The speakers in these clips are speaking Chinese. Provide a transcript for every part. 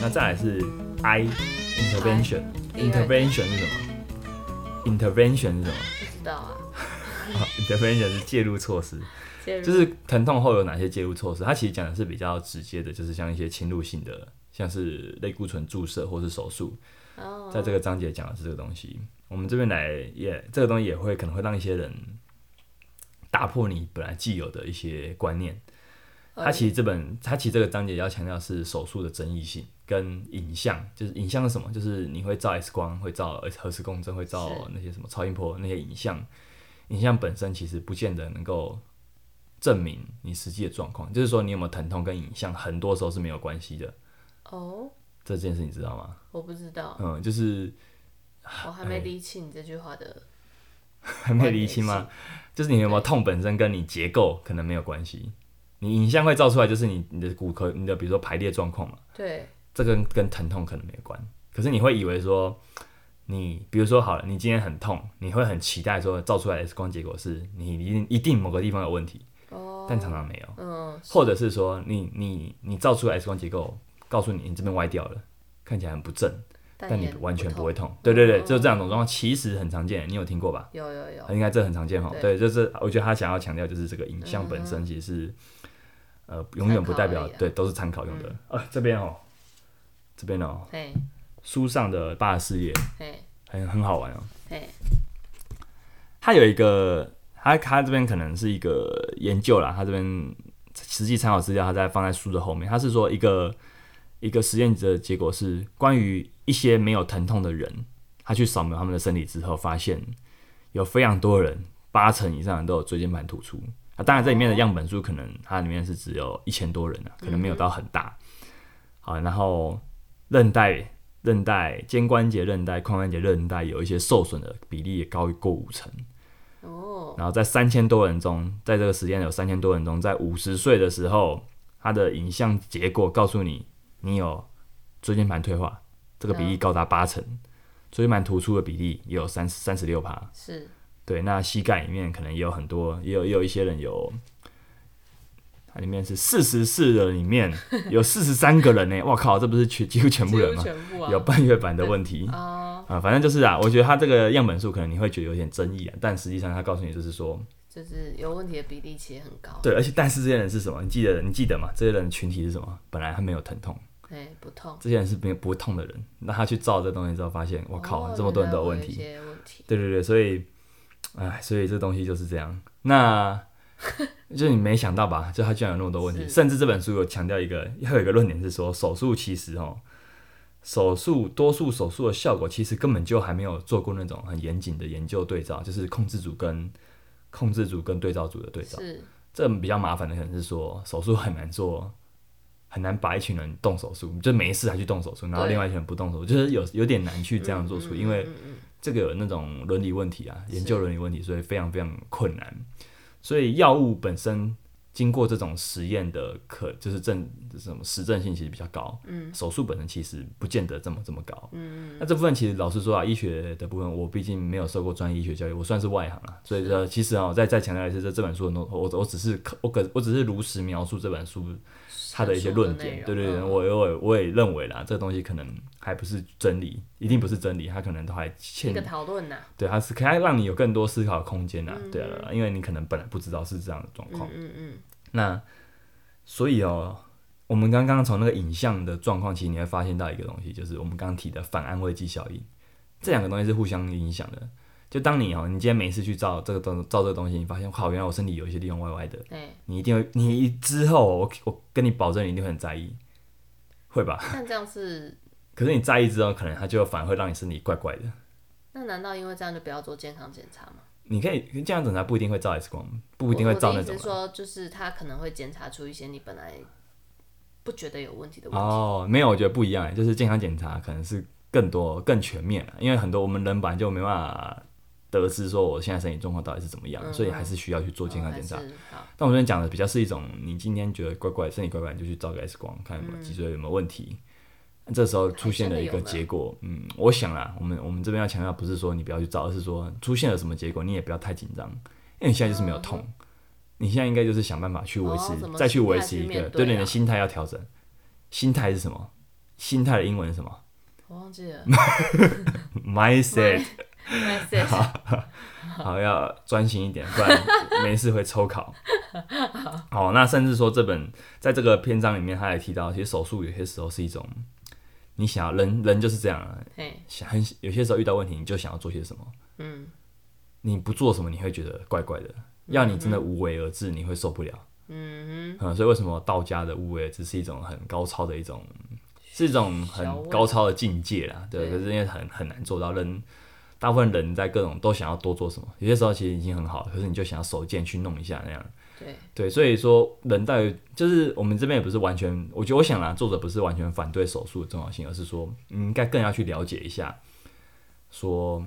那再来是 I intervention。第二个 intervention 是什么？intervention 是什么不知道啊，啊？intervention 是介入措施，介入就是疼痛后有哪些介入措施？它其实讲的是比较直接的，就是像一些侵入性的，像是类固醇注射或是手术，哦，在这个章节讲的是这个东西。我们这边来也这个东西也会可能会让一些人打破你本来既有的一些观念。哦它其实这本它其实这个章节要强调是手术的争议性跟影像，就是影像是什么？就是你会照 X 光，会照核磁共振，会照是那些什么超音波那些影像，影像本身其实不见得能够证明你实际的状况，就是说你有没有疼痛跟影像很多时候是没有关系的。哦，这件事你知道吗？我不知道，嗯，就是啊我哎还没理清你这句话的，还没厘清吗？就是你有没有痛本身跟你结构可能没有关系，你影像会照出来就是你你的骨骼你的比如说排列状况嘛。对，这跟跟疼痛可能没关，可是你会以为说，你比如说好了，你今天很痛，你会很期待说照出来的 X 光结果是你一定一定某个地方有问题，哦，但常常没有，嗯，或者是说你你你照出来 X 光结构告诉你你这边歪掉了，看起来很不正，但你也完全不痛哦会痛，对对对，就这两种状况其实很常见，你有听过吧？有有有，应该这很常见哈。对对，就是我觉得他想要强调就是这个影像本身其实是、呃永远不代表嗯参考而已啊嗯对都是参考用的。呃，这边哦，这边哦，嘿，书上的八十四页嘿，很很好玩哦。嘿，它有一个，它它这边可能是一个研究啦，它这边实际参考资料，它在放在书的后面。它是说一个一个实验的结果是关于一些没有疼痛的人，他去扫描他们的身体之后，发现有非常多人，八成以上人都有椎间盘突出。啊，当然这里面的样本数可能它里面是只有一千多人啊，可能没有到很大。好，然后韧带、韧带、肩关节韧带、髋关节韧带有一些受损的比例也高于过五成。哦，然后在三千多人中，在这个实验有三千多人中，在五十岁的时候，他的影像结果告诉你，你有椎间盘退化，这个比例高达八成，椎间盘突出的比例也有三三十六趴。是对，那膝盖里面可能也有很多，也有也有一些人有，它里面是四十四人里面有四十三个人呢，我靠，这不是全几乎全部 人吗？全部啊，有半月板的问题啊，啊，反正就是啊，我觉得它这个样本数可能你会觉得有点争议啊，但实际上它告诉你就是说，就是有问题的比例其实很高，对，而且但是这些人是什么？你记得你记得吗？这些人群体是什么？本来他没有疼痛，哎，不痛，这些人是没有不会痛的人。那他去照这东西之后，发现我靠，哦这么多人都有原来问会一题。些问题，对对对，所以，哎，所以这东西就是这样。那就你没想到吧？就他居然有那么多问题，是甚至这本书有强调一个，还有一个论点是说，手术其实哦，手术多数手术的效果其实根本就还没有做过那种很严谨的研究对照，就是控制组跟控制组跟对照组的对照。是这比较麻烦的可能是说手术很难做，很难把一群人动手术，就没事还去动手术，然后对另外一群人不动手术，就是有有点难去这样做出，嗯因为嗯嗯嗯这个有那种伦理问题啊，是研究伦理问题，所以非常非常困难。所以药物本身经过这种实验的可就是证就是什么实证性其实比较高，嗯，手术本身其实不见得这么这么高，嗯，那这部分其实老实说啊，医学的部分我毕竟没有受过专业医学教育，我算是外行了，所以说其实啊，我再再强调一次，这这本书的 no- 我我只是我可我只是如实描述这本书它的一些论点，陈述对的内对容嗯对，我我也我也认为啦，这东西可能还不是真理，一定不是真理，它可能都还一欠个讨论呐，对，它是可以让你有更多思考的空间啦，对啊，因为你可能本来不知道是这样的状况嗯，嗯嗯，那所以哦，我们刚刚从那个影像的状况，其实你会发现到一个东西，就是我们刚刚提的反安慰剂效应，这两个东西是互相影响的。就当你哦，你今天每次去照这个东照这个东西，你发现靠，原来我身体有一些地方歪歪的，哎，你一定会，你一之后哦我我跟你保证，你一定会很在意，会吧？ 但这样是，可是你在意之后，可能它就反而会让你身体怪怪的。那难道因为这样就不要做健康检查吗？你可以这样检查不一定会照 X 光，不一定会我照那我的种意思是说，就是他可能会检查出一些你本来不觉得有问题的问题。哦，没有，我觉得不一样欸，就是健康检查可能是更多、更全面啊因为很多我们人本来就没办法得知说我现在身体状况到底是怎么样，嗯所以还是需要去做健康检查。哦还是好，但我昨天讲的比较是一种，你今天觉得怪怪，身体怪怪，你就去照个 X 光，看有没嗯有脊椎有没有问题。这时候出现了一个结果，嗯，我想啦，我们我们这边要强调不是说你不要去照，而是说出现了什么结果，你也不要太紧张，因为你现在就是没有痛，你现在应该就是想办法去维持，哦哦怎么再去维心态持一去个，面对对对，啊你的心态要调整。心态是什么？心态的英文是什么我忘 记了。 ？mindset。 message 好，要专心一点，不然没事会抽考。好，那甚至说这本在这个篇章里面，他也提到，其实手术有些时候是一种，你想要人人就是这样啊，嘿，想很有些时候遇到问题，你就想要做些什么，嗯你不做什么，你会觉得怪怪的。要你真的无为而治，你会受不了。嗯嗯，所以为什么道家的无为只是一种很高超的一种，是一种小很问高超的境界啦？对，对可是因为很很难做到，人大部分人在各种都想要多做什么，有些时候其实已经很好了，可是你就想要手贱去弄一下那样。哼， 对，对，所以说人到底就是我们这边也不是完全，我觉得我想啦，作者不是完全反对手术的重要性，而是说你应该更要去了解一下，说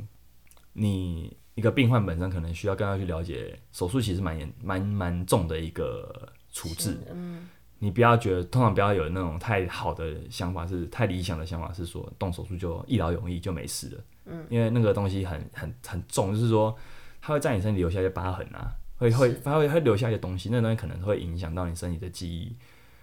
你一个病患本身可能需要更要去了解手术其实蛮严蛮蛮重的一个处置，嗯，你不要觉得，通常不要有那种太好的想法是，太理想的想法是说动手术就一劳永逸就没事了。嗯，因为那个东西很很很重，就是说它会在你身体留下一些疤痕啊，会会它会会留下一些东西，那东西可能会影响到你身体的记忆。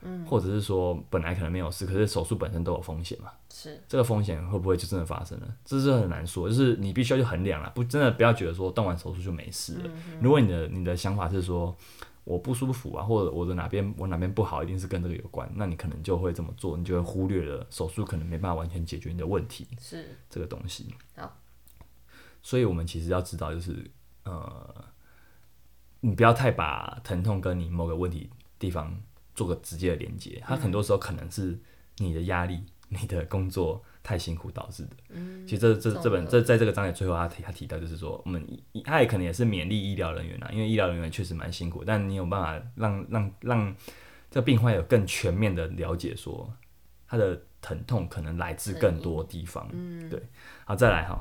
嗯，或者是说本来可能没有事，可是手术本身都有风险嘛，是这个风险会不会就真的发生了？这是很难说，就是你必须要去衡量了，不真的不要觉得说动完手术就没事了。如果你的你的想法是说我不舒服啊，或者我的哪边我哪边不好，一定是跟这个有关，那你可能就会这么做，你就会忽略了手术可能没办法完全解决你的问题是，这个东西。好，所以我们其实要知道，就是呃，你不要太把疼痛跟你某个问题地方做个直接的连接，嗯它很多时候可能是你的压力、 你的工作太辛苦导致的。嗯，其实这这懂这本了这在这个章节最后他提他提到，就是说我们医他也可能也是勉励医疗人员啊，因为医疗人员确实蛮辛苦，但你有办法让让让这病患有更全面的了解说他的疼痛可能来自更多地方。嗯，对。好，再来哈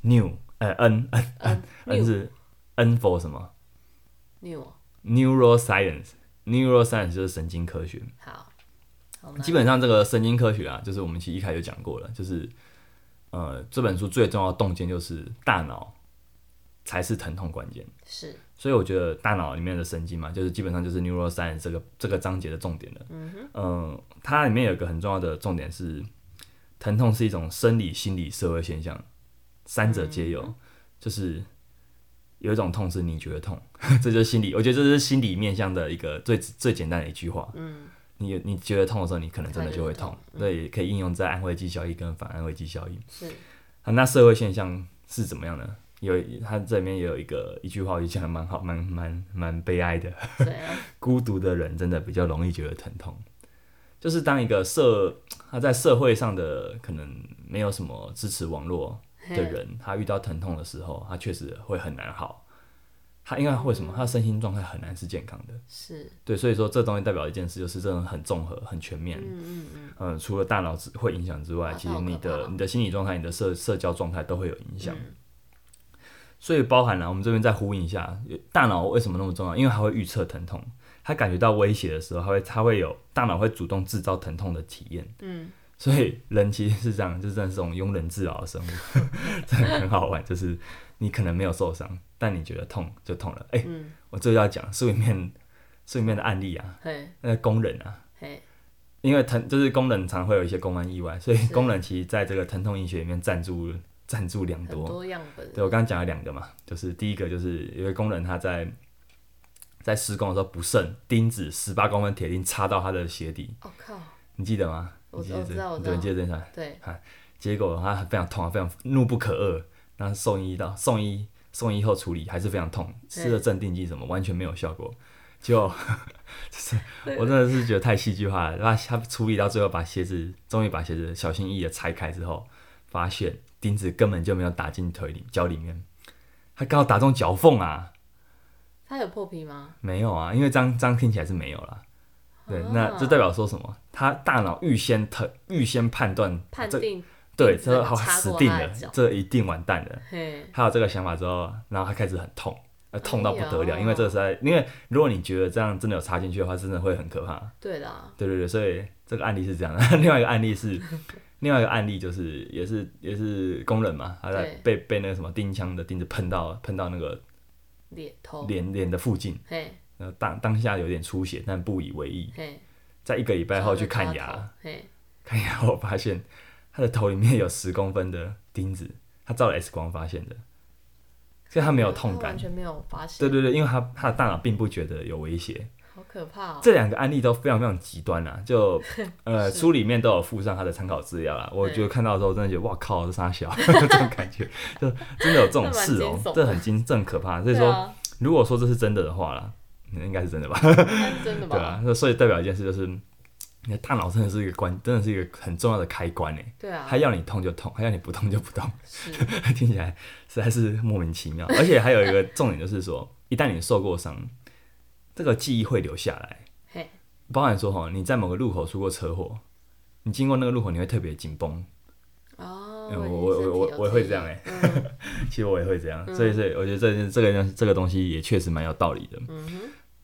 ，new 呃 n n 嗯 n 是 n for 什么 new 哦？neuroscience neuroscience 就是神经科学。好，好难基本上这个神经科学啊，就是我们其实一开始就讲过了，就是呃这本书最重要的洞见就是大脑才是疼痛关键。是所以我觉得大脑里面的神经嘛，就是基本上就是 neuroscience 这个这个章节的重点了。嗯呃它里面有一个很重要的重点是，疼痛是一种生理、心理、社会现象，三者皆有。就是有一种痛是你觉得痛， 这就是心理，我觉得这是心理面向的一个最最简单的一句话。嗯，你你觉得痛的时候，你可能真的就会痛，嗯对，可以应用在安慰剂效应跟反安慰剂效应。是啊，那社会现象是怎么样呢？有他这里面也有一个一句话，我就讲的蛮好，蛮蛮蛮悲哀的。 怎样？孤独的人真的比较容易觉得疼痛，就是当一个社他在社会上的可能没有什么支持网络的嘿人，他遇到疼痛的时候，他确实会很难好。他因为为什么？他的身心状态很难是健康的。是对，所以说这东西代表一件事，就是真的很综合、很全面。嗯嗯嗯。除了大脑只会影响之外，哇其啊实那好可你的怕嗯你的心理状态、你的社社交状态都会有影响。所以包含了、我们这边再呼应一下，大脑为什么那么重要？因为它会预测疼痛，它感觉到威胁的时候，它会它会有大脑会主动制造疼痛的体验。嗯。所以人其实是这样，就是这种庸人自扰的生物， 真的很好玩。就是你可能没有受伤，但你觉得痛就痛了。哎、嗯我这就要讲书里面书里面的案例啊，嘿那个工人啊，嘿因为疼就是工人常会有一些公安意外，所以工人其实在这个疼痛医学里面赞助赞助良很多。多样本，对我刚刚讲了两个嘛，就是第一个就是有一个工人他在在施工的时候不慎钉子十八公分铁钉插到他的鞋底，我哦靠，你记得吗？我你记得我这知道我知对，道你记得这件事。对，结果他非常痛啊，非常怒不可遏，然后送医到送医送医后处理还是非常痛，吃了镇定剂什么完全没有效果， 就就是我真的是觉得太戏剧化了。然后他处理到最后，把鞋子终于把鞋子小心翼翼的拆开之后，发现钉子根本就没有打进腿里脚里面，他刚好打中脚缝啊，他有破皮吗？没有啊，因为这样这样听起来是没有啦。对，那这代表说什么？他大脑预先疼，预先判断判这定对，钉子这好插死过定他的了脚，这一定完蛋了。嘿他有这个想法之后，然后他开始很痛，呃，痛到不得了，哎呦因为这个实在，因为如果你觉得这样真的有插进去的话，真的会很可怕。对啦，对对对，所以这个案例是这样的。 另外一个案例 是，另外一个案例就是也是也是工人嘛，他在被被那个什么钉枪的钉子喷到喷到那个脸头脸脸的附近，嘿然后当当下有点出血，但不以为意，嘿，在一个礼拜后去看牙，嘿看一下，我发现他的头里面有十公分的钉子，他照了 X 光发现的，所以他没有痛他感完。全没有发现，对对对，因为他他的大脑并不觉得有威胁。好可怕哦。这两个案例都非常非常极端啦、 就呃是书里面都有附上他的参考资料啦。我对觉得看到的时候真的觉得哇靠，这傻 小啊这种感觉，就真的有这种事哦、这蛮惊悚这很惊，这很可怕。所以对说，啊，如果说这是真的的话啦，嗯应该是真的吧？那是真的对吧？啊，那所以代表一件事就是，你的大脑真的是一个关，真的是一个很重要的开关欸诶。对啊它，要你痛就痛，它要你不痛就不痛，是， 听起来实在是莫名其妙。而且还有一个重点就是说，一旦你受过伤，这个记忆会留下来。嘿，包含说哈，你在某个路口出过车祸，你经过那个路口你会特别紧绷。哦，嗯我已经身体我我有我也会记忆这样欸嗯其实我也会这样，所以所以我觉得这件这个东这个东西也确实蛮有道理的。嗯哼，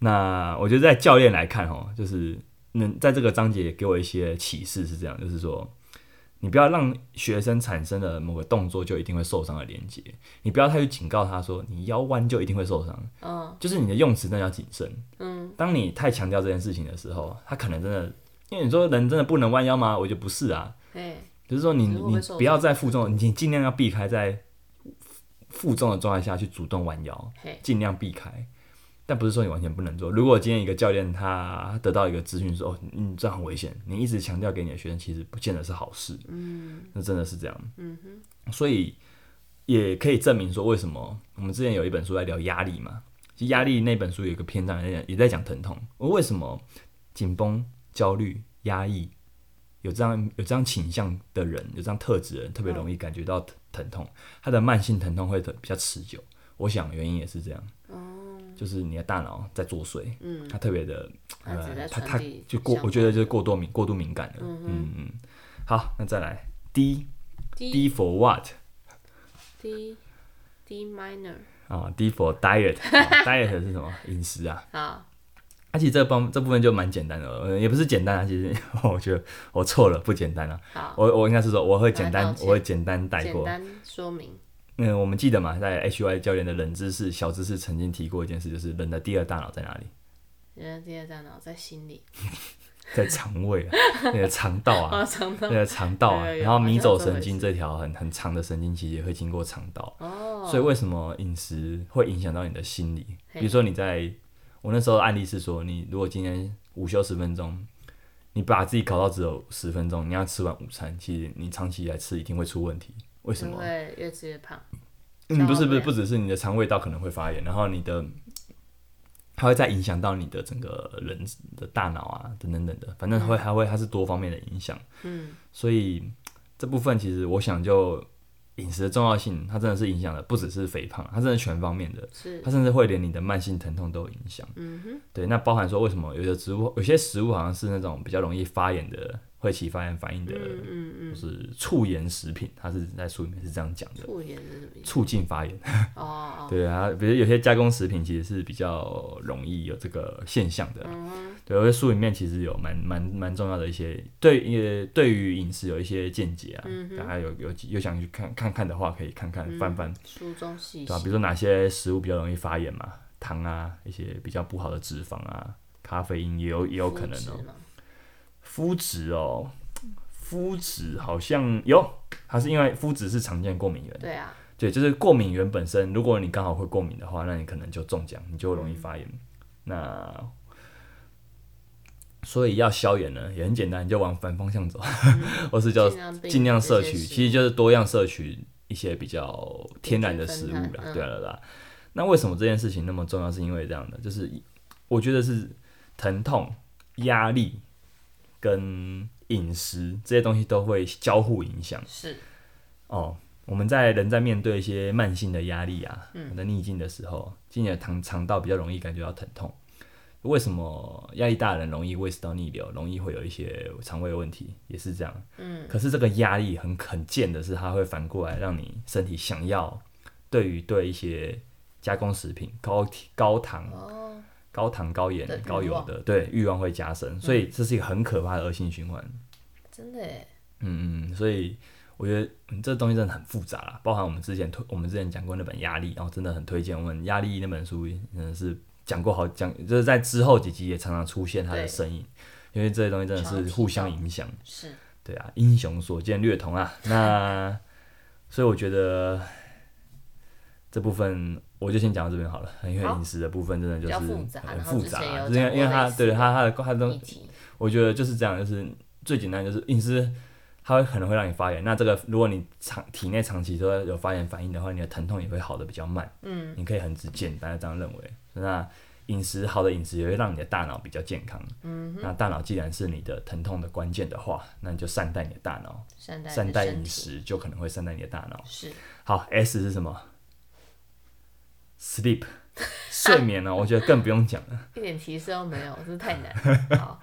那我觉得在教练来看哦，就是能在这个章节给我一些启示是这样，就是说。你不要让学生产生了某个动作就一定会受伤的连接，你不要太去警告他说你腰弯就一定会受伤，嗯就是你的用词真的要谨慎。嗯，当你太强调这件事情的时候，他可能真的，因为你说人真的不能弯腰吗？我觉得不是啊，嘿，就是说你只是会不你会受不要在负重，你尽量要避开在负重的状态下去主动弯腰，嘿，尽量避开。但不是说你完全不能做。如果今天一个教练他得到一个资讯说，哦，嗯，这样很危险，你一直强调给你的学生，其实不见得是好事。嗯，那真的是这样。嗯哼，所以也可以证明说，为什么我们之前有一本书在聊压力嘛？其实压力那本书有一个篇章也在也在讲疼痛，为什么紧绷、焦虑、压抑有这样有这样倾向的人，有这样特质的人，特嗯别容易感觉到疼疼痛，他的慢性疼痛会比较持久。我想原因也是这样，就是你的大脑在作祟，哦嗯，它特别的，它只呃，在它传它递就过相，我觉得关就是过多敏过度敏感了，嗯哼嗯嗯。好，那再来 D D D for what D D minor 啊？D for diet，diet、啊 diet 是什么？饮食啊。啊，而且这帮这部分就蛮简单的，呃也不是简单啊，其实 我觉得我错了，不简单啊。好，我我应该是说我会简来单道，歉我会简单带简过。单说明，嗯，我们记得嘛，在 HY 教练的冷知识小知识曾经提过一件事，就是人的第二大脑在哪里？人的呃第二大脑在心里，在肠胃啊，那个肠道啊啊，，长到那个肠道啊，有有有然后迷走神好像有这回经事这条很很长的神经其实也会经过肠道，哦，所以为什么饮食会影响到你的心理？嘿比如说你在我那时候的案例是说，你如果今天午休十分钟，你把自己搞到只有十分钟，你要吃完午餐，其实你长期以来吃一定会出问题。为什就么？会越吃越胖，嗯，不是消不是，化不良不只是你的肠胃道可能会发炎，然后你的它会再影响到你的整个人的大脑啊，等等等的，反正会还会它是多方面的影响。嗯，所以这部分其实我想就饮食的重要性，它真的是影响的不只是肥胖，它真的全方面的，是它，甚至会连你的慢性疼痛都有影响。嗯哼，对，那包含说为什么有的植物有些食物好像是那种比较容易发炎的，会起发炎反应的，嗯嗯就嗯，是促炎食品，它是在书里面是这样讲的，醋盐是什么意思？促进发炎。哦哦，对啊，比如有些加工食品其实是比较容易有这个现象的。嗯对，我啊在书里面其实有蛮蛮蛮重要的一些对也对于饮食有一些见解啊，大家有有有想去看看看的话，可以看看翻翻，嗯书中细对吧、比细，如说哪些食物比较容易发炎嘛，糖啊，一些比较不好的脂肪啊，咖啡因也有也有可能哦、肤质嘛肤质哦，肤质好像有，它是因为肤质是常见过敏源。对啊，对，就是过敏源本身，如果你刚好会过敏的话，那你可能就中奖，你就容易嗯发炎。那所以要消炎呢，也很简单，你就往反方向走， 或是叫嗯尽量避尽量免摄这取，些食其实物就是多样摄取一些比较天然的平食均物分啦，摊嗯对啊对啊对啊。那为什么这件事情那么重要？是因为这样的，就是我觉得是疼痛、压力跟饮食这些东西都会交互影响。是哦，我们在人在面对一些慢性的压力啊，在逆境的时候，进而肠肠道比较容易感觉到疼痛。为什么压力大的人容易胃食道逆流，容易会有一些肠胃问题，也是这样。嗯，可是这个压力很很贱的是，它会反过来让你身体想要对于对一些加工食品、高体高糖、哦，高糖、高盐的、欲高油望的，对欲望会加深，所以这是一个很可怕的恶性循环。真的耶，嗯，嗯，所以我觉得、嗯、这东西真的很复杂啦，包含我们之前推我们之前讲过那本《压力》，然后真的很推荐。我们《压力》那本书真的是讲过好讲，就是在之后几集也常常出现它的对身影，因为这些东西真的常是提互相到影响。是对啊，英雄所见略同啊。那所以我觉得这部分我就先讲到这边好了，因为好饮食的部分真的就比是较复杂很然后复之杂，前有因为讲因为过它类似对它它的它的议题，我觉得就是这样，就是最简单就是饮食，它会可能会让你发炎。那这个如果你长体内长期都有发炎反应的话，你的疼痛也会好的比较慢。嗯，你可以很直简单的这样认为。那饮食好的饮食也会让你的大脑比较健康。嗯，那大脑既然是你的疼痛的关键的话，那你就善待你的大脑，善待善你的待身饮体食就可能会善待你的大脑。是好，S 是什么？Sleep，睡眠呢、我觉得更不用讲了。一点提示都没有，这太 难了。好，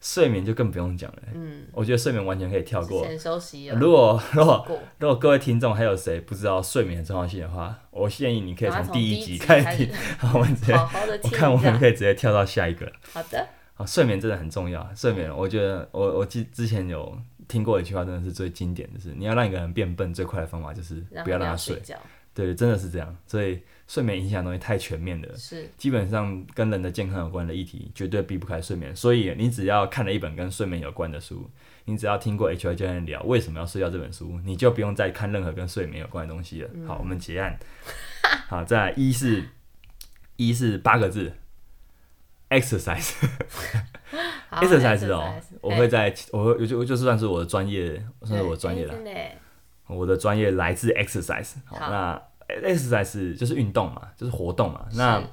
睡眠就更不用讲 了、嗯，我觉得睡眠完全可以跳之过。前休息有如果如果过，如果各位听众还有谁不知道睡眠的重要性的话，我建议你可以然后从从第一集开开始 听始，好，我们直接，好好的我听一看我们下。可以直接跳到下一个了。好的，啊，睡眠真的很重嗯要，睡眠，我觉得我我记之前有听过一句话，真的是最经典的是，你要让一个人变笨，最快的方法就是然后不要让你他要睡睡。觉，对，真的是这样，所以睡眠影响的东西太全面了。是基本上跟人的健康有关的议题，绝对避不开睡眠。所以你只要看了一本跟睡眠有关的书，你只要听过 H I 教练聊为什么要睡觉这本书，你就不用再看任何跟睡眠有关的东西了。嗯好，我们结案。好，再来一是一是八个字，exercise 好 exercise 哦 exercise，我哎会在我会我就我就算是我的专业，算是我的对专业哎了。真的耶我的专业来自 exercise，好，好那 exercise 就是运动嘛，就是活动嘛，那。是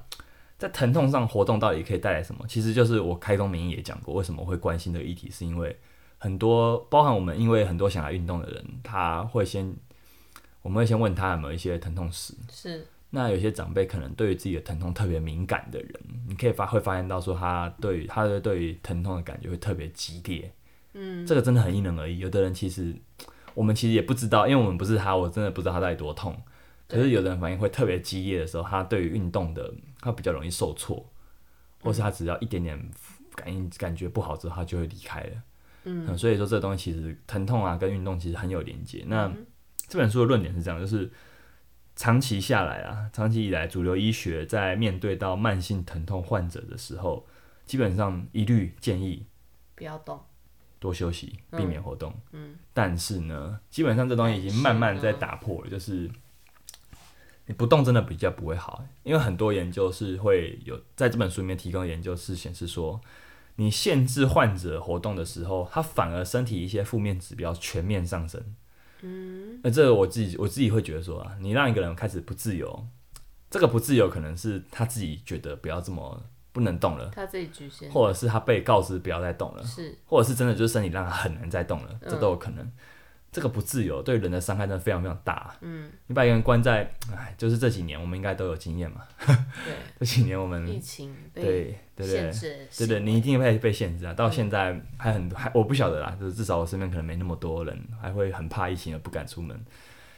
在疼痛上活动到底可以带来什么？其实就是我开宗明义也讲过，为什么我会关心这个议题，是因为很多包含我们，因为很多想来运动的人，他会先我们会先问他有没有一些疼痛史。是那有些长辈可能对于自己的疼痛特别敏感的人，你可以发会发现到说他对于他的对于疼痛的感觉会特别激烈。嗯，这个真的很因人而异。有的人其实我们其实也不知道，因为我们不是他，我真的不知道他到底多痛。可是有的人反应会特别激烈的时候，他对于运动的他比较容易受挫，或是他只要一点点感应感觉不好之后，他就会离开了。嗯所以说这个东西其实疼痛啊跟运动其实很有连接。那、嗯这本书的论点是这样，就是长期下来啊，长期以来，主流医学在面对到慢性疼痛患者的时候，基本上一律建议不要动，多休息，嗯避免活动。嗯但是呢，基本上这东西已经慢慢在打破了，就是你不动真的比较不会好，因为很多研究是会有在这本书里面提供的研究是显示说，你限制患者活动的时候，他反而身体一些负面指标全面上升。嗯，那这个我自己我自己会觉得说啊，你让一个人开始不自由，这个不自由可能是他自己觉得不要这么不能动了，他自己局限或者是他被告知不要再动了。是或者是真的就是身体让他很难再动了，嗯这都有可能。这个不自由对人的伤害真的非常非常大。嗯，你把一个人关在，哎，就是这几年我们应该都有经验嘛。对这几年我们疫情嗯被嗯对对限对制，嗯对对，你一定会被限制啊。到现在还很还我不晓得啦，就是至少我身边可能没那么多人还会很怕疫情而不敢出门。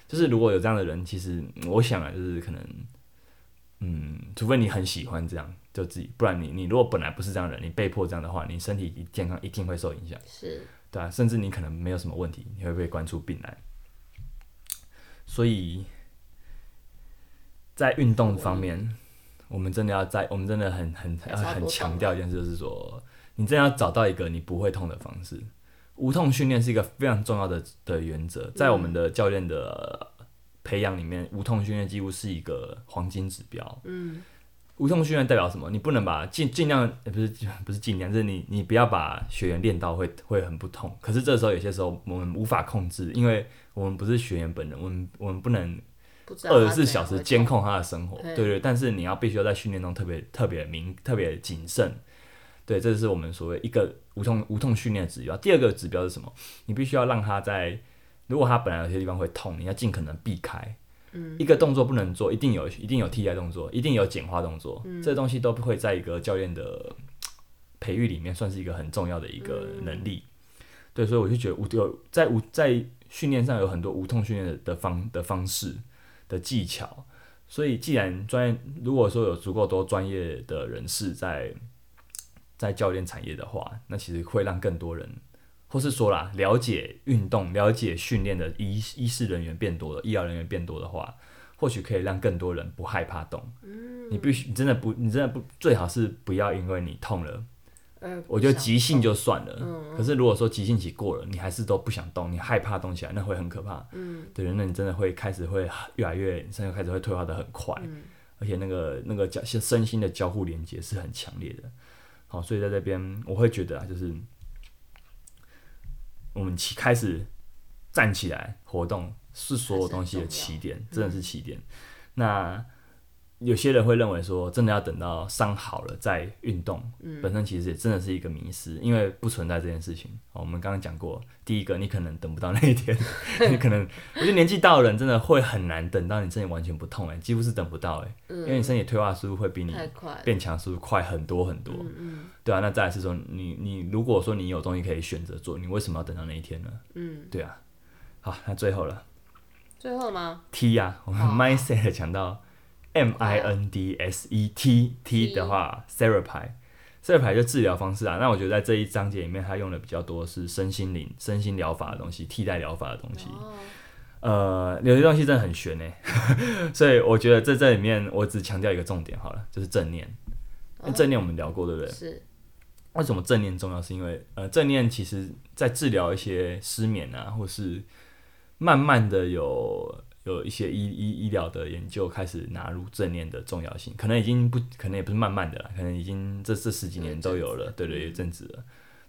就是如果有这样的人，其实嗯我想啊，就是可能，嗯，除非你很喜欢这样，就自己，不然你你如果本来不是这样的人，你被迫这样的话，你身体健康一定会受影响。是对啊，甚至你可能没有什么问题，你会被关出病来。所以，在运动方面，我们真的要在，我们真的很很还要差不很多啊强调一件事，就是说，你真的要找到一个你不会痛的方式。无痛训练是一个非常重要的的原则，嗯在我们的教练的呃培养里面，无痛训练几乎是一个黄金指标。嗯无痛训练代表什么？你不能把尽尽量呃不是 尽不是尽量，就是你你不要把学员练到会会很不痛。可是这时候有些时候我们无法控制，因为我们不是学员本人，我们我们不能不知道二他十四怎样小时会监动控他的生活，对对对。但是你要必须要在训练中特别特别明特别谨慎，对，这是我们所谓一个无痛无痛训练的指标。第二个指标是什么？你必须要让他在，如果他本来有些地方会痛，你要尽可能避开。嗯一个动作不能做，一定有一定有替代动作，一定有简化动作，这东西都会在一个教练的培育里面算是一个很重要的一个能力。对，所以我就觉得无有在无在训练上有很多无痛训练的的方的方式的技巧。所以，既然专业如果说有足够多专业的人士在在教练产业的话，那其实会让更多人，或是说啦，了解运动、了解训练的医医师人员变多了，医疗人员变多的话，或许可以让更多人不害怕动。你必须，你真的不，你真的不，最好是不要因为你痛了嗯嗯，我觉得急性就算了，可是如果说急性期过了，你还是都不想动，你害怕动起来，那会很可怕。嗯，对，那你真的会开始会越来越，甚至开始会退化的很快，而且那个那个交身心的交互连接是很强烈的。好，所以在这边我会觉得啊，就是我们起开始站起来活动是所有东西的起点，真的是起点。那有些人会认为说，真的要等到伤好了再运动，嗯本身其实也真的是一个迷失，因为不存在这件事情。哦我们刚刚讲过，第一个你可能等不到那一 天，你可能我觉得年纪大的人真的会很难等到你身体完全不痛、欸，哎，几乎是等不到、欸，哎、因为你身体退化速度会比你嗯呃太快嗯了，变强速度快很多很多，对啊。那再来是说，你你如果说你有东西可以选择做，你为什么要等到那一天呢？嗯，对啊。好，那最后了最后吗？ T 呀、我们 mindset 讲到 M I N D S E T T 的话，therapy。therapy 就治疗方式啊，那我觉得在这一章节里面，他用的比较多是身心灵、身心疗法的东西，替代疗法的东西。哦，呃，有些东西真的很悬呢， 所以我觉得在这里面，我只强调一个重点好了，就是正念。那正念我们聊过，对不对？是，为什么正念重要？是因为呃，正念其实在治疗一些失眠啊，或是慢慢的有有一些医医医疗的研究开始纳入正念的重要性，可能已经不，可能也不是慢慢的啦，可能已经这这十几年都有了，对对，有一阵子了。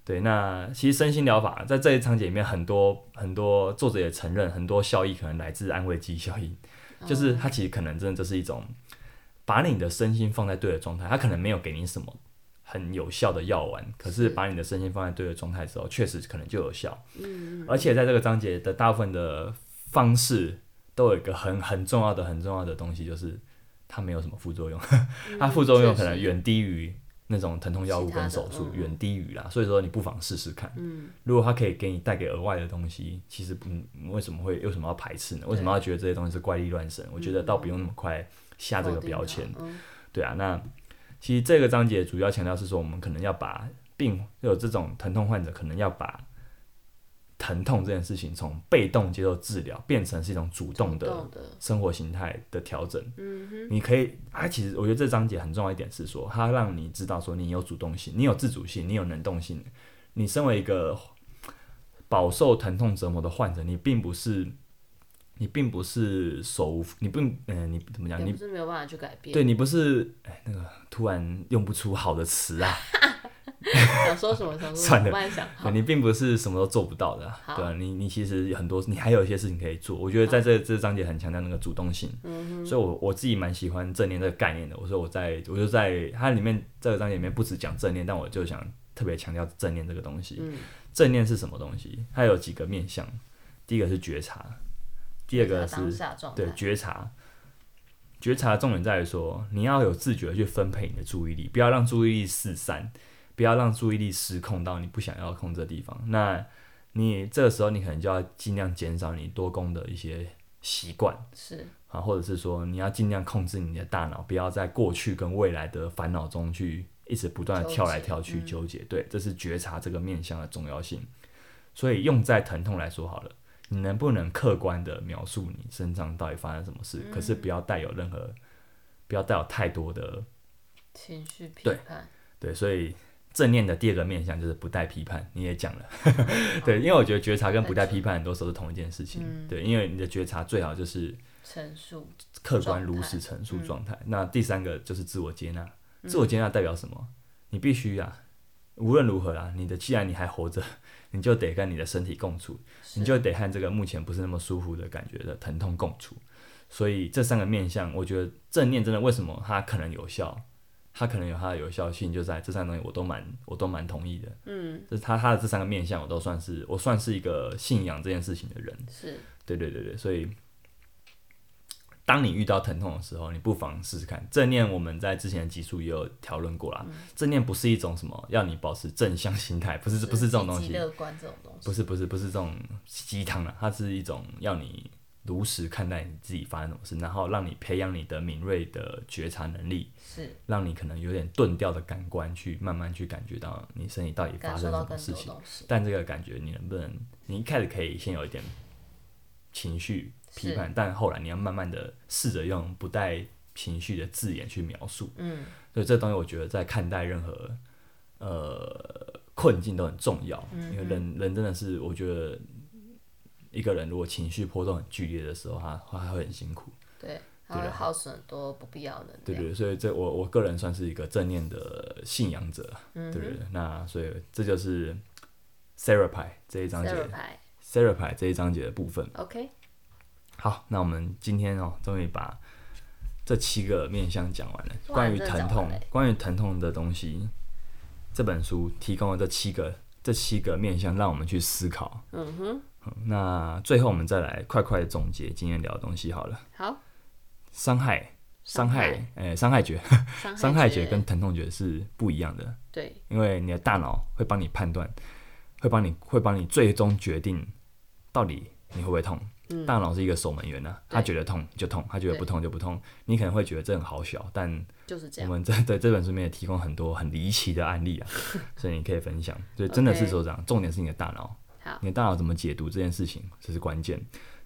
对，那其实身心疗法在这一章节里面，很多很多作者也承认，很多效益可能来自安慰剂效应，就是它其实可能真的就是一种把你的身心放在对的状态，它可能没有给你什么很有效的药丸，可是把你的身心放在对的状态之后，确实可能就有效。嗯，而且在这个章节的大部分的方式都有一个很很重要的很重要的东西，就是它没有什么副 作用，它副作用可能确实远低于那种疼痛药物其他跟的手术嗯远低于啦，所以说你不妨试试看。嗯，如果它可以给你带给额外的东西，其实不嗯为什么会为什么要排斥呢？为什么要觉得这些东西是怪力乱神？我觉得倒不用那么快下这个否定标它签。嗯对啊，那其实这个章节主要强调是说，我们可能要把病有这种疼痛患者，可能要把疼痛这件事情从被动接受治疗，变成是一种主动嗯的懂的，生活形态的调整。你可以，它其实我觉得这章节很重要一点是说，它让你知道说你有主动性，你有自主性，你有能动性。你身为一个饱受疼痛折磨的患者，你并不是。你并不是手无，你并嗯、你怎么讲？也你不是没有办法去改变。对你不是哎，那个突然用不出好的词啊，想说什么 想说什么，算了我慢慢想 好。你并不是什么都做不到的啊、好对啊、你你其实很多，你还有一些事情可以做。我觉得在这这章节很强调那个主动性，嗯所以我我自己蛮喜欢正念这个概念的。我说我在我就在它里面这个章节里面不止讲正念，但我就想特别强调正念这个东西。嗯正念是什么东西？它有几个面向，第一个是觉察，第二个就是当是下状态对，觉察。觉察的重点在于说，你要有自觉地去分配你的注意力，不要让注意力四散，不要让注意力失控到你不想要控制的地方。那你这个时候，你可能就要尽量减少你多功的一些习惯是啊，或者是说你要尽量控制你的大脑，不要在过去跟未来的烦恼中去一直不断的纠跳来结跳去纠结。嗯对，这是觉察这个面向的重要性。所以用在疼痛来说好了，你能不能客观的描述你身上到底发生什么事？可是不要带有任何，不要带有太多的情绪批对判，对，所以正念的第二个面向就是不带批判，你也讲了， 对，因为哦我觉得觉察跟不带批判很多时候是同一件事情，对，因为你的觉察最好就是陈述客观状态嗯如实陈述状态。那第三个就是自我接纳，自我接纳代表什么？你必须啊，无论如何啦，你的既然你还活着，你就得跟你的身体共处，你就得和这个目前不是那么舒服的感觉的疼痛共处。所以这三个面向，我觉得正念真的为什么它可能有效，它可能有它的有效性，就在这三个东西我都蛮我都蛮同意的。嗯，就是它它的这三个面向，我都算是我算是一个信仰这件事情的人。是对对对对，所以当你遇到疼痛的时候，你不妨试试看正念。我们在之前的集数也有讨论过嗯啦，正念不是一种什么要你保持正向心态，不是不是这种东积极西，乐观这种东西，不是不是不是这种鸡汤啊，它是一种要你如实看待你自己发生什么事，然后让你培养你的敏锐的觉察能力，是让你可能有点钝掉的感官去慢慢去感觉到你身体到底发感生受什到么更事多情。东西，但这个感觉你能不能，你一开始可以先有一点情绪批判，但后来你要慢慢的试着用不带情绪的字眼去描述。嗯，所以这东西我觉得在看待任何呃困境都很重要，因为人人真的是我觉得一个人如果情绪波动很剧烈的时候，他他会很辛苦。对，它会耗损很多不必要的能量。对对，对所以这我我个人算是一个正念的信仰者，对对对。那所以这就是 Sarah 牌这一章节 s e r a ，Sarah 牌这一章节的部分。 o k 好，那我们今天哦，终于把这七个面向讲完了。哇关于真的疼讲痛完嘞，关于疼痛的东西，这本书提供了这七个这七个面向，让我们去思考。嗯哼，嗯那最后我们再来快快地总结今天聊的东西好了。好，伤害，伤害，呃，伤害觉，伤伤害害觉觉跟疼痛觉是不一样的，对因为你的大脑会帮你判断，会帮你会帮你最终决定到底你会不会痛。嗯大脑是一个守门员啊，他对觉得痛就痛，他觉得对不痛就不痛。你可能会觉得这很好笑，但就是这我样。们这对这本书里面也提供很多很离奇的案例 啊，所以你可以分享。所以真的是 OK 说这样，重点是你的大脑，好，你的大脑怎么解读这件事情，这是关键。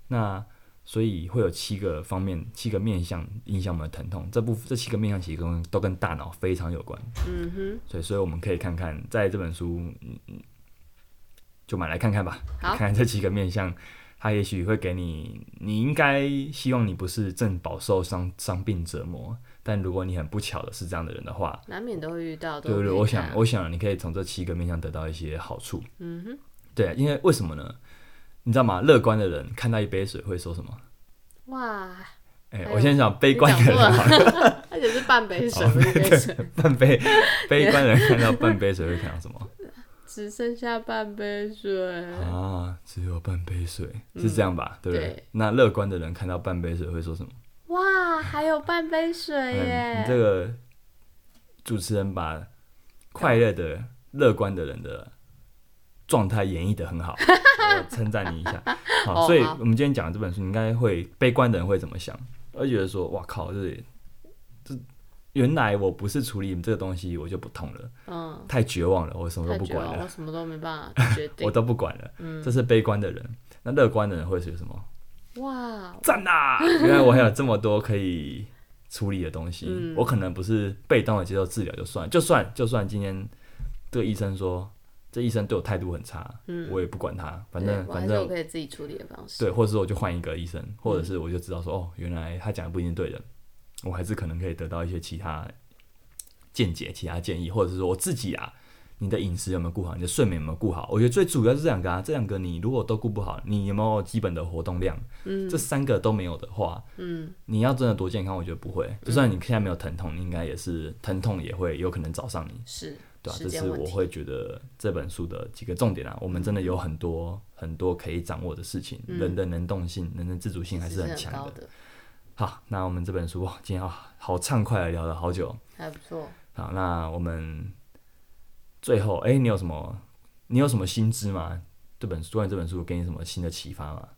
那所以会有七个方面、七个面向影响我们的疼痛。这部这七个面向其实跟都跟大脑非常有关，嗯哼，所以所以我们可以看看，在这本书，嗯嗯，就买来看看吧，好看看这七个面向，它也许会给你，你应该希望你不是正饱受伤伤病折磨，但如果你很不巧的是这样的人的话，难免都会遇到。对都对会对，遇我到想，我想你可以从这七个面向得到一些好处。嗯哼，对，啊因为为什么呢？你知道吗？乐观的人看到一杯水会说什么？哇，哎、哎呦我先讲悲观的你讲人错好了， 哦而且是半杯水，不是一杯水，半杯悲观的人看到半杯水会看到什么？只剩下半杯水。啊，只有半杯水，是这样吧？对不对？嗯对那乐观的人看到半杯水会说什么？哇，还有半杯水嗯，耶！你这个主持人把快乐的、乐观的人的状态演绎的很 好，我称赞你一下。好，哦所以好我们今天讲的这本书，你应该会悲观的人会怎么想？会觉得说，哇靠，这里这原来我不是处理这个东西，我就不痛了，嗯，太绝望了，我什么都太不绝管望，我了，什么都没办法决我定。都不管了。嗯这是悲观的人。那乐观的人会是什么？哇，赞啊啦！ 原来我还有这么多可以处理的东西，嗯我可能不是被动的接受治疗就算，就算就算今天这个医生说这医生对我态度很差，嗯我也不管他，反对正我还反是有正可以自己处理的方式。对，或者是我就换一个医生，或者嗯是我就知道说、哦，原来他讲的不一定对的，我还是可能可以得到一些其他见解、其他建议，或者是说我自己啊。你的饮食有没有顾好？你的睡眠有没有顾好？我觉得最主要是这两个啊，这两个你如果都顾不好，你有没有基本的活动量？嗯这三个都没有的话，嗯，你要真的多健康，我觉得不会。就算你现在没有疼痛，你应该也是疼痛也会有可能找上你，是对吧、时这间是问我题会觉得这本书的几个重点啊。我们真的有很多很多可以掌握的事情，嗯人的能动性、人的自主性还其是实很很强高的。的，好，那我们这本书哇，今天好好畅快的聊了好久。还不错。好，那我们最后，哎、你有什么你有什么新知吗？这本书关于这本书给你什么新的启发吗？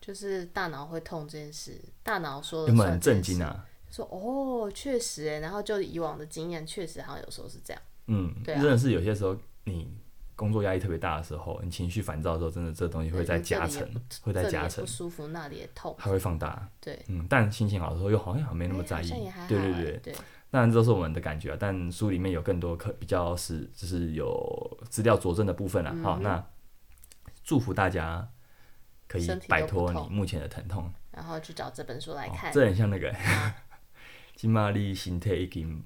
就是大脑会痛这件事，大脑说有了没算。有很震惊？啊？说哦，确实耶，然后就以往的经验，确实好像有时候是这样。嗯，对啊真的是有些时候你工作压力特别大的时候，你情绪烦躁的时候，真的这东西对会再就这里加也成不，会再这里加也成不，舒服，那里也痛。它会放大。对，嗯，但心情好的时候又好像没没那么在意也哎还，好对对耶对。对，当然这都是我们的感觉啊，但书里面有更多可比较是就是有资料佐证的部分啊。嗯好，那祝福大家可以身体都摆不脱你痛目前的疼痛。然后去找这本书来哦看。啊这很像那个， 今嘛你身体已 经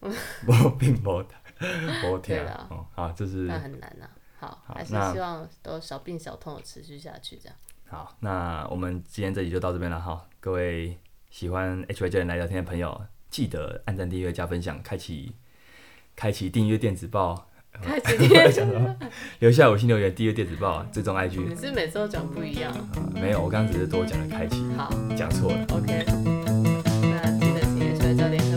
无病无无痛对啊啦哦，好，这是那很难呐、好，好还是那希望都小病小痛的持续下去，这样。好，那我们今天这集就到这边了哈。各位喜欢 H Y 教练来聊天的朋友，记得按赞、订阅、加分享，开启开启订阅电子报， 开始念，留下五星留言，订阅电子报，追踪 IG 你。是每次都讲不一样。没有，我刚刚只是多讲了开启，好讲错了。 ，OK，那记得请 H Y 教练。